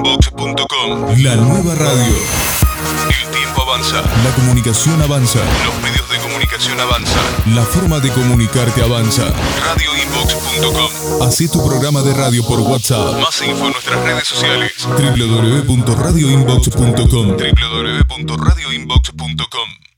www.radioinbox.com. La nueva radio. El tiempo avanza, La comunicación avanza. los medios de comunicación avanzan. La forma de comunicarte avanza. Radioinbox.com. Hacé tu programa de radio por WhatsApp. Más info en nuestras redes sociales. www.radioinbox.com www.radioinbox.com.